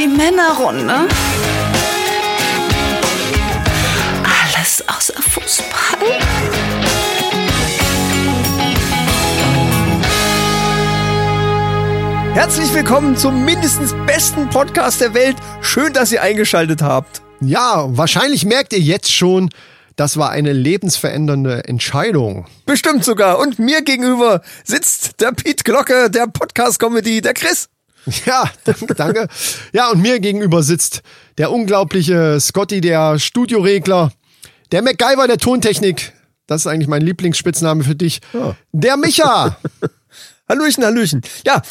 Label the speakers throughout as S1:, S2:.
S1: Männerrunde. Alles außer Fußball.
S2: Herzlich willkommen zum mindestens besten Podcast der Welt. Schön, dass ihr eingeschaltet habt.
S3: Ja, wahrscheinlich merkt ihr jetzt schon, das war eine lebensverändernde Entscheidung.
S2: Bestimmt sogar. Und mir gegenüber sitzt der Piet Glocke der Podcast-Comedy, der Chris.
S3: Ja, danke, danke. Ja, und mir gegenüber sitzt der unglaubliche Scotty, der Studioregler, der MacGyver der Tontechnik. Das ist eigentlich mein Lieblingsspitzname für dich. Der Micha.
S2: Hallöchen, Hallöchen. Ja,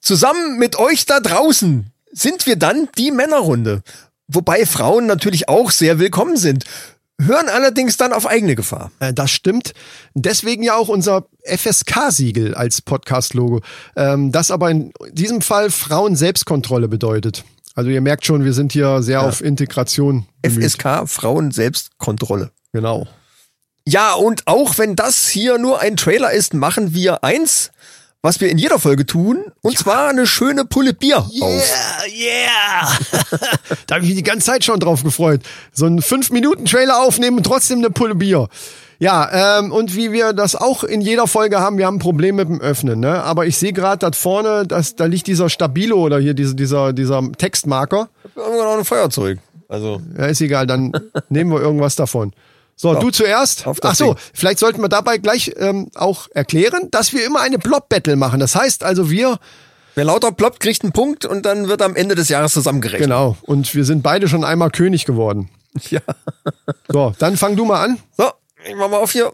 S2: zusammen mit euch da draußen sind wir dann die Männerrunde. Wobei Frauen natürlich auch sehr willkommen sind, hören allerdings dann auf eigene Gefahr.
S3: Äh, Das stimmt. Deswegen ja auch unser FSK-Siegel als Podcast-Logo, ähm, das aber in diesem Fall Frauen-Selbstkontrolle bedeutet. Also ihr merkt schon, wir sind hier sehr auf Integration. bemüht.
S2: FSK, Frauen Selbstkontrolle.
S3: Genau.
S2: Ja, und auch wenn das hier nur ein Trailer ist, machen wir eins, was wir in jeder Folge tun, und zwar eine schöne Pulle Bier auf.
S3: yeah! da habe ich mich die ganze Zeit schon drauf gefreut. So einen 5-Minuten-Trailer aufnehmen und trotzdem eine Pulle Bier. Ja, ähm, und wie wir das auch in jeder Folge haben, wir haben ein Problem mit dem Öffnen, ne? Aber ich sehe gerade da vorne, dass, da liegt dieser Stabilo oder hier diese, dieser, dieser Textmarker.
S2: Irgendwann auch ein Feuerzeug. Also,
S3: Ja, ist egal, dann nehmen wir irgendwas davon. So, du zuerst.
S2: auf das
S3: Ach so,
S2: Ding.
S3: vielleicht sollten wir dabei gleich ähm, auch erklären, dass wir immer eine Blob-Battle machen. Das heißt also, wir
S2: wer lauter ploppt, kriegt einen Punkt und dann wird am Ende des Jahres zusammengerechnet.
S3: Genau, und wir sind beide schon einmal König geworden.
S2: Ja.
S3: So, dann fang du mal an.
S2: So, ich mach mal auf hier.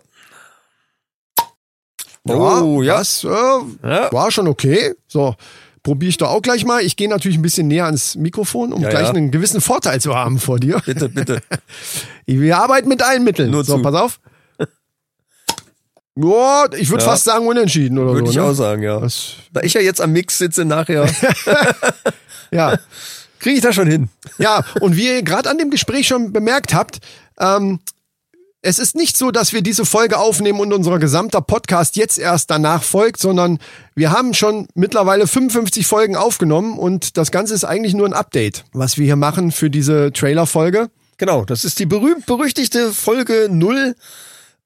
S2: Oh,
S3: Das äh, war schon okay. So, probiere ich doch auch gleich mal. Ich gehe natürlich ein bisschen näher ans Mikrofon, um
S2: Ja,
S3: gleich
S2: ja.
S3: einen gewissen Vorteil zu haben vor dir.
S2: Bitte, bitte.
S3: Wir arbeiten mit allen Mitteln.
S2: Nur
S3: so,
S2: zu.
S3: pass auf. Ja, ich würde
S2: Ja.
S3: fast sagen unentschieden oder
S2: Würde
S3: so.
S2: ich
S3: ne?
S2: auch sagen, ja.
S3: Das-
S2: Da ich ja jetzt am Mix sitze nachher,
S3: Ja.
S2: kriege ich das schon hin.
S3: Ja, und wie ihr gerade an dem Gespräch schon bemerkt habt, ähm, es ist nicht so, dass wir diese Folge aufnehmen und unser gesamter Podcast jetzt erst danach folgt, sondern wir haben schon mittlerweile 55 Folgen aufgenommen und das Ganze ist eigentlich nur ein Update, was wir hier machen für diese Trailer-Folge.
S2: Genau, das ist die berühmt-berüchtigte Folge 0,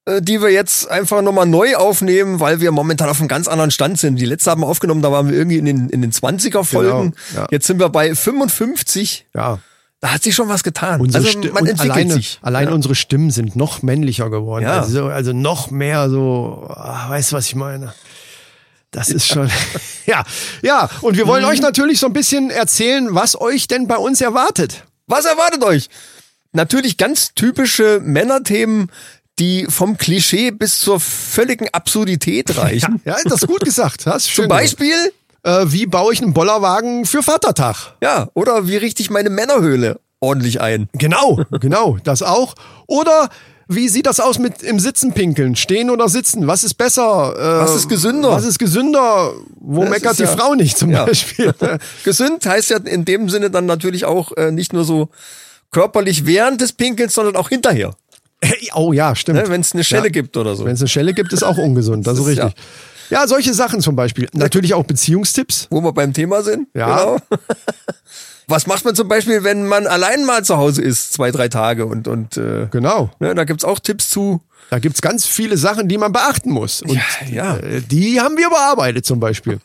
S2: äh, die wir jetzt einfach nochmal neu aufnehmen, weil wir momentan auf einem ganz anderen Stand sind. Die letzte haben wir aufgenommen, da waren wir irgendwie in den, in den 20er-Folgen.
S3: Genau, ja.
S2: Jetzt sind wir bei 55.
S3: Ja.
S2: Da hat sich schon was getan.
S3: Unsere
S2: also
S3: Sti-
S2: man
S3: und
S2: entwickelt
S3: alleine,
S2: sich.
S3: Allein unsere Stimmen sind noch männlicher geworden.
S2: Ja.
S3: Also, also noch mehr so, ah, weißt du, was ich meine? Das ist schon, ja, ja. Und wir
S2: Mhm.
S3: wollen euch natürlich so ein bisschen erzählen, was euch denn bei uns erwartet.
S2: Was erwartet euch? Natürlich ganz typische Männerthemen, die vom Klischee bis zur völligen Absurdität reichen.
S3: Ja, das ist gut gesagt. Das ist schön
S2: Zum Beispiel,
S3: gesagt. Äh, wie baue ich einen Bollerwagen für Vatertag?
S2: ja, oder wie richte ich meine Männerhöhle ordentlich ein?
S3: Genau, genau, das auch. Oder wie sieht das aus mit im Sitzen pinkeln? Stehen oder sitzen? Was ist besser? Äh,
S2: Was ist gesünder?
S3: Was ist gesünder? Wo
S2: Das
S3: meckert
S2: ist
S3: die
S2: ja-
S3: Frau nicht zum
S2: ja.
S3: Beispiel?
S2: Gesund heißt ja in dem Sinne dann natürlich auch äh, nicht nur so körperlich während des Pinkels, sondern auch hinterher,
S3: Hey, oh ja, stimmt.
S2: ne, wenn es eine Schelle
S3: Ja.
S2: gibt oder so.
S3: Wenn es eine Schelle gibt, ist auch ungesund. Das ist
S2: Das ist
S3: richtig. Ja. solche Sachen zum Beispiel. Natürlich auch Beziehungstipps.
S2: Wo wir beim Thema sind.
S3: Ja.
S2: Genau. Was macht man zum Beispiel, wenn man allein mal zu Hause ist, zwei, drei Tage und, und äh,
S3: Genau.
S2: ne, da gibt's auch Tipps zu.
S3: Da gibt's ganz viele Sachen, die man beachten muss. Und
S2: ja.
S3: äh, die haben wir bearbeitet zum Beispiel.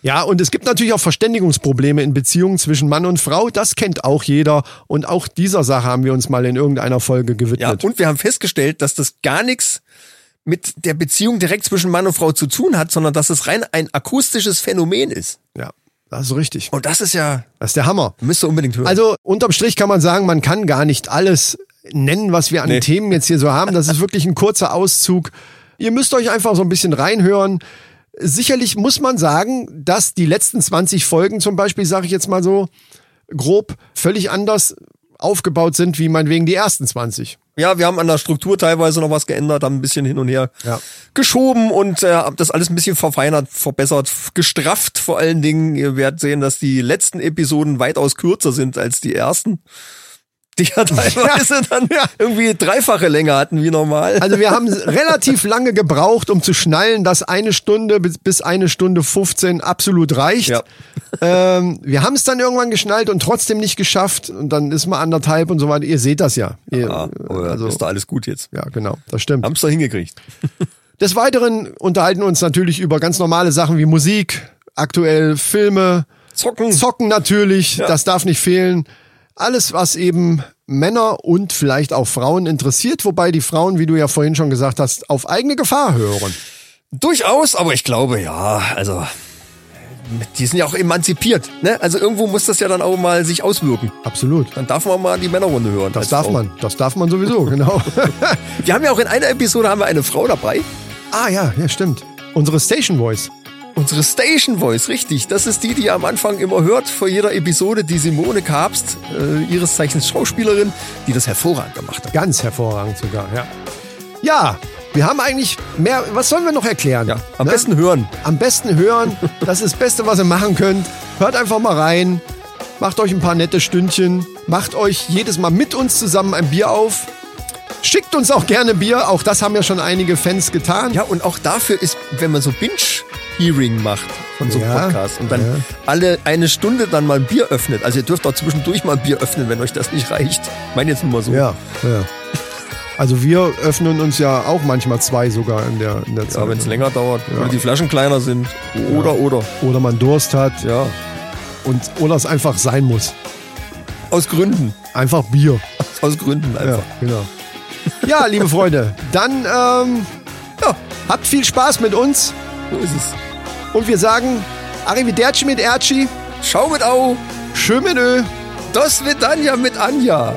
S3: Ja, und es gibt natürlich auch Verständigungsprobleme in Beziehungen zwischen Mann und Frau. Das kennt auch jeder. Und auch dieser Sache haben wir uns mal in irgendeiner Folge
S2: Ja,
S3: gewidmet.
S2: und wir haben festgestellt, dass das gar nichts mit der Beziehung direkt zwischen Mann und Frau zu tun hat, sondern dass es rein ein akustisches Phänomen ist.
S3: ja das ist richtig.
S2: Und das ist ja,
S3: Das ist der Hammer.
S2: müsst ihr unbedingt hören.
S3: Also unterm Strich kann man sagen, man kann gar nicht alles nennen, was wir an
S2: Nee.
S3: Themen jetzt hier so haben. Das ist wirklich ein kurzer Auszug. Ihr müsst euch einfach so ein bisschen reinhören. Sicherlich muss man sagen, dass die letzten 20 Folgen zum Beispiel, sage ich jetzt mal so grob, völlig anders aufgebaut sind, wie meinetwegen die ersten 20.
S2: ja, wir haben an der Struktur teilweise noch was geändert, haben ein bisschen hin und her
S3: Ja.
S2: geschoben und äh, haben das alles ein bisschen verfeinert, verbessert, f- gestrafft vor allen Dingen. Ihr werdet sehen, dass die letzten Episoden weitaus kürzer sind als die ersten. die ja teilweise dann irgendwie dreifache Länge hatten wie normal.
S3: Also wir haben relativ lange gebraucht, um zu schnallen, dass eine Stunde bis, bis eine Stunde 15 absolut reicht.
S2: Ja.
S3: Ähm, wir haben es dann irgendwann geschnallt und trotzdem nicht geschafft. Und dann ist mal anderthalb und so weiter. Ihr seht das ja. Ihr,
S2: ah, oh ja,
S3: also,
S2: ist da alles gut jetzt.
S3: ja, genau, das stimmt.
S2: Haben's da hingekriegt.
S3: Des Weiteren unterhalten wir uns natürlich über ganz normale Sachen wie Musik, aktuell Filme,
S2: Zocken.
S3: Zocken natürlich, das darf nicht fehlen. Alles, was eben Männer und vielleicht auch Frauen interessiert, wobei die Frauen, wie du ja vorhin schon gesagt hast, auf eigene Gefahr hören.
S2: Durchaus, aber ich glaube, ja, also die sind ja auch emanzipiert. Ne? Also irgendwo muss das ja dann auch mal sich auswirken.
S3: Absolut.
S2: Dann darf man mal die Männerrunde hören.
S3: Das darf man, das darf man sowieso, genau.
S2: Wir haben ja auch in einer Episode haben wir eine Frau dabei.
S3: ah ja, ja stimmt. Unsere Station Voice.
S2: Unsere Station Voice, richtig. Das ist die, die ihr am Anfang immer hört vor jeder Episode, die Simone Kapst, äh, ihres Zeichens Schauspielerin, die das hervorragend gemacht hat.
S3: Ganz hervorragend sogar, ja. Ja, wir haben eigentlich mehr, was sollen wir noch erklären? Ne?
S2: Ja, am besten hören.
S3: Am besten hören. Das ist das Beste, was ihr machen könnt. Hört einfach mal rein. Macht euch ein paar nette Stündchen. Macht euch jedes Mal mit uns zusammen ein Bier auf. Schickt uns auch gerne Bier. Auch das haben ja schon einige Fans getan.
S2: Ja, und auch dafür ist, wenn man so Binge-Hearing macht von so einem
S3: Ja,
S2: Podcast und dann
S3: ja.
S2: alle eine Stunde dann mal ein Bier öffnet. Also ihr dürft auch zwischendurch mal ein Bier öffnen, wenn euch das nicht reicht. Ich meine jetzt nur mal so.
S3: ja. ja. Also wir öffnen uns ja auch manchmal zwei sogar in der, in der Zeit.
S2: Ja, wenn es länger dauert, weil die Flaschen kleiner sind. Oder, oder.
S3: oder man Durst hat
S2: Ja.
S3: und oder es einfach sein muss.
S2: Aus Gründen.
S3: Einfach Bier.
S2: Aus Gründen
S3: Ja,
S2: einfach.
S3: genau. Ja, liebe Freunde, dann ähm, ja, habt viel Spaß mit uns.
S2: So ist es.
S3: Und wir sagen Arrivederci mit Erci,
S2: Schau mit Au.
S3: schön mit Ö.
S2: Das wird Anja mit Anja.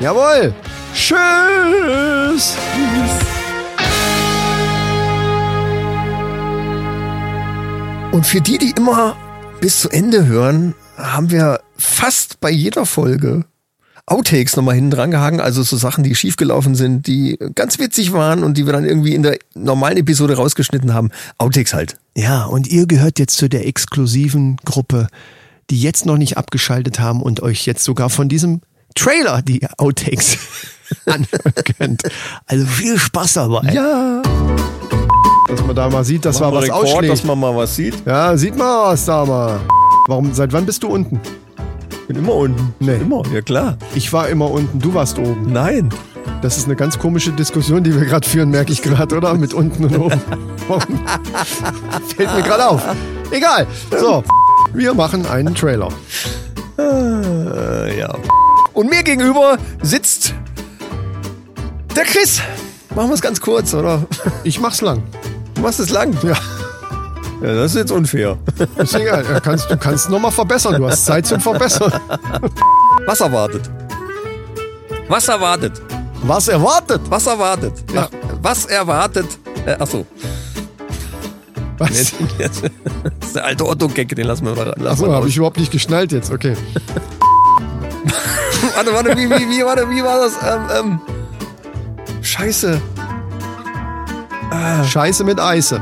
S3: Jawohl. Tschüss.
S2: Und für die, die immer bis zu Ende hören, haben wir fast bei jeder Folge Outtakes nochmal hinten dran gehangen, also so Sachen, die schiefgelaufen sind, die ganz witzig waren und die wir dann irgendwie in der normalen Episode rausgeschnitten haben. Outtakes halt.
S3: Ja, und ihr gehört jetzt zu der exklusiven Gruppe, die jetzt noch nicht abgeschaltet haben und euch jetzt sogar von diesem Trailer die Outtakes anhören könnt. Also viel Spaß dabei.
S2: Ja,
S3: Dass man da mal sieht, dass man
S2: war
S3: was
S2: was Rekord, dass
S3: ausschlägt.
S2: man mal was sieht.
S3: Ja, sieht mal was da mal. Warum, seit wann bist du unten?
S2: Bin immer unten.
S3: Nee.
S2: Immer, ja klar.
S3: Ich war immer unten, du warst oben.
S2: Nein.
S3: Das ist eine ganz komische Diskussion, die wir gerade führen, merke ich gerade, oder? Mit unten und oben. Warum? Fällt mir gerade auf. Egal. So, wir machen einen Trailer.
S2: Äh, ja. Und mir gegenüber sitzt der Chris. Machen wir es ganz kurz, oder?
S3: Ich mach's lang.
S2: Du machst es lang.
S3: Ja,
S2: Ja, das ist jetzt unfair.
S3: ist egal. Ja, Kannst, du kannst nochmal verbessern. Du hast Zeit zum Verbessern.
S2: Was erwartet? Was erwartet?
S3: Was erwartet?
S2: Was erwartet?
S3: Ja.
S2: Ach, was erwartet? Äh, achso,
S3: Was?
S2: das ist der alte Otto-Gag, den lassen wir da lassen
S3: Achso,
S2: wir
S3: habe
S2: raus.
S3: ich überhaupt nicht geschnallt jetzt. Okay.
S2: Warte, warte, wie, wie, wie, warte, wie war das? Ähm, ähm. Scheiße.
S3: Scheiße mit Eise.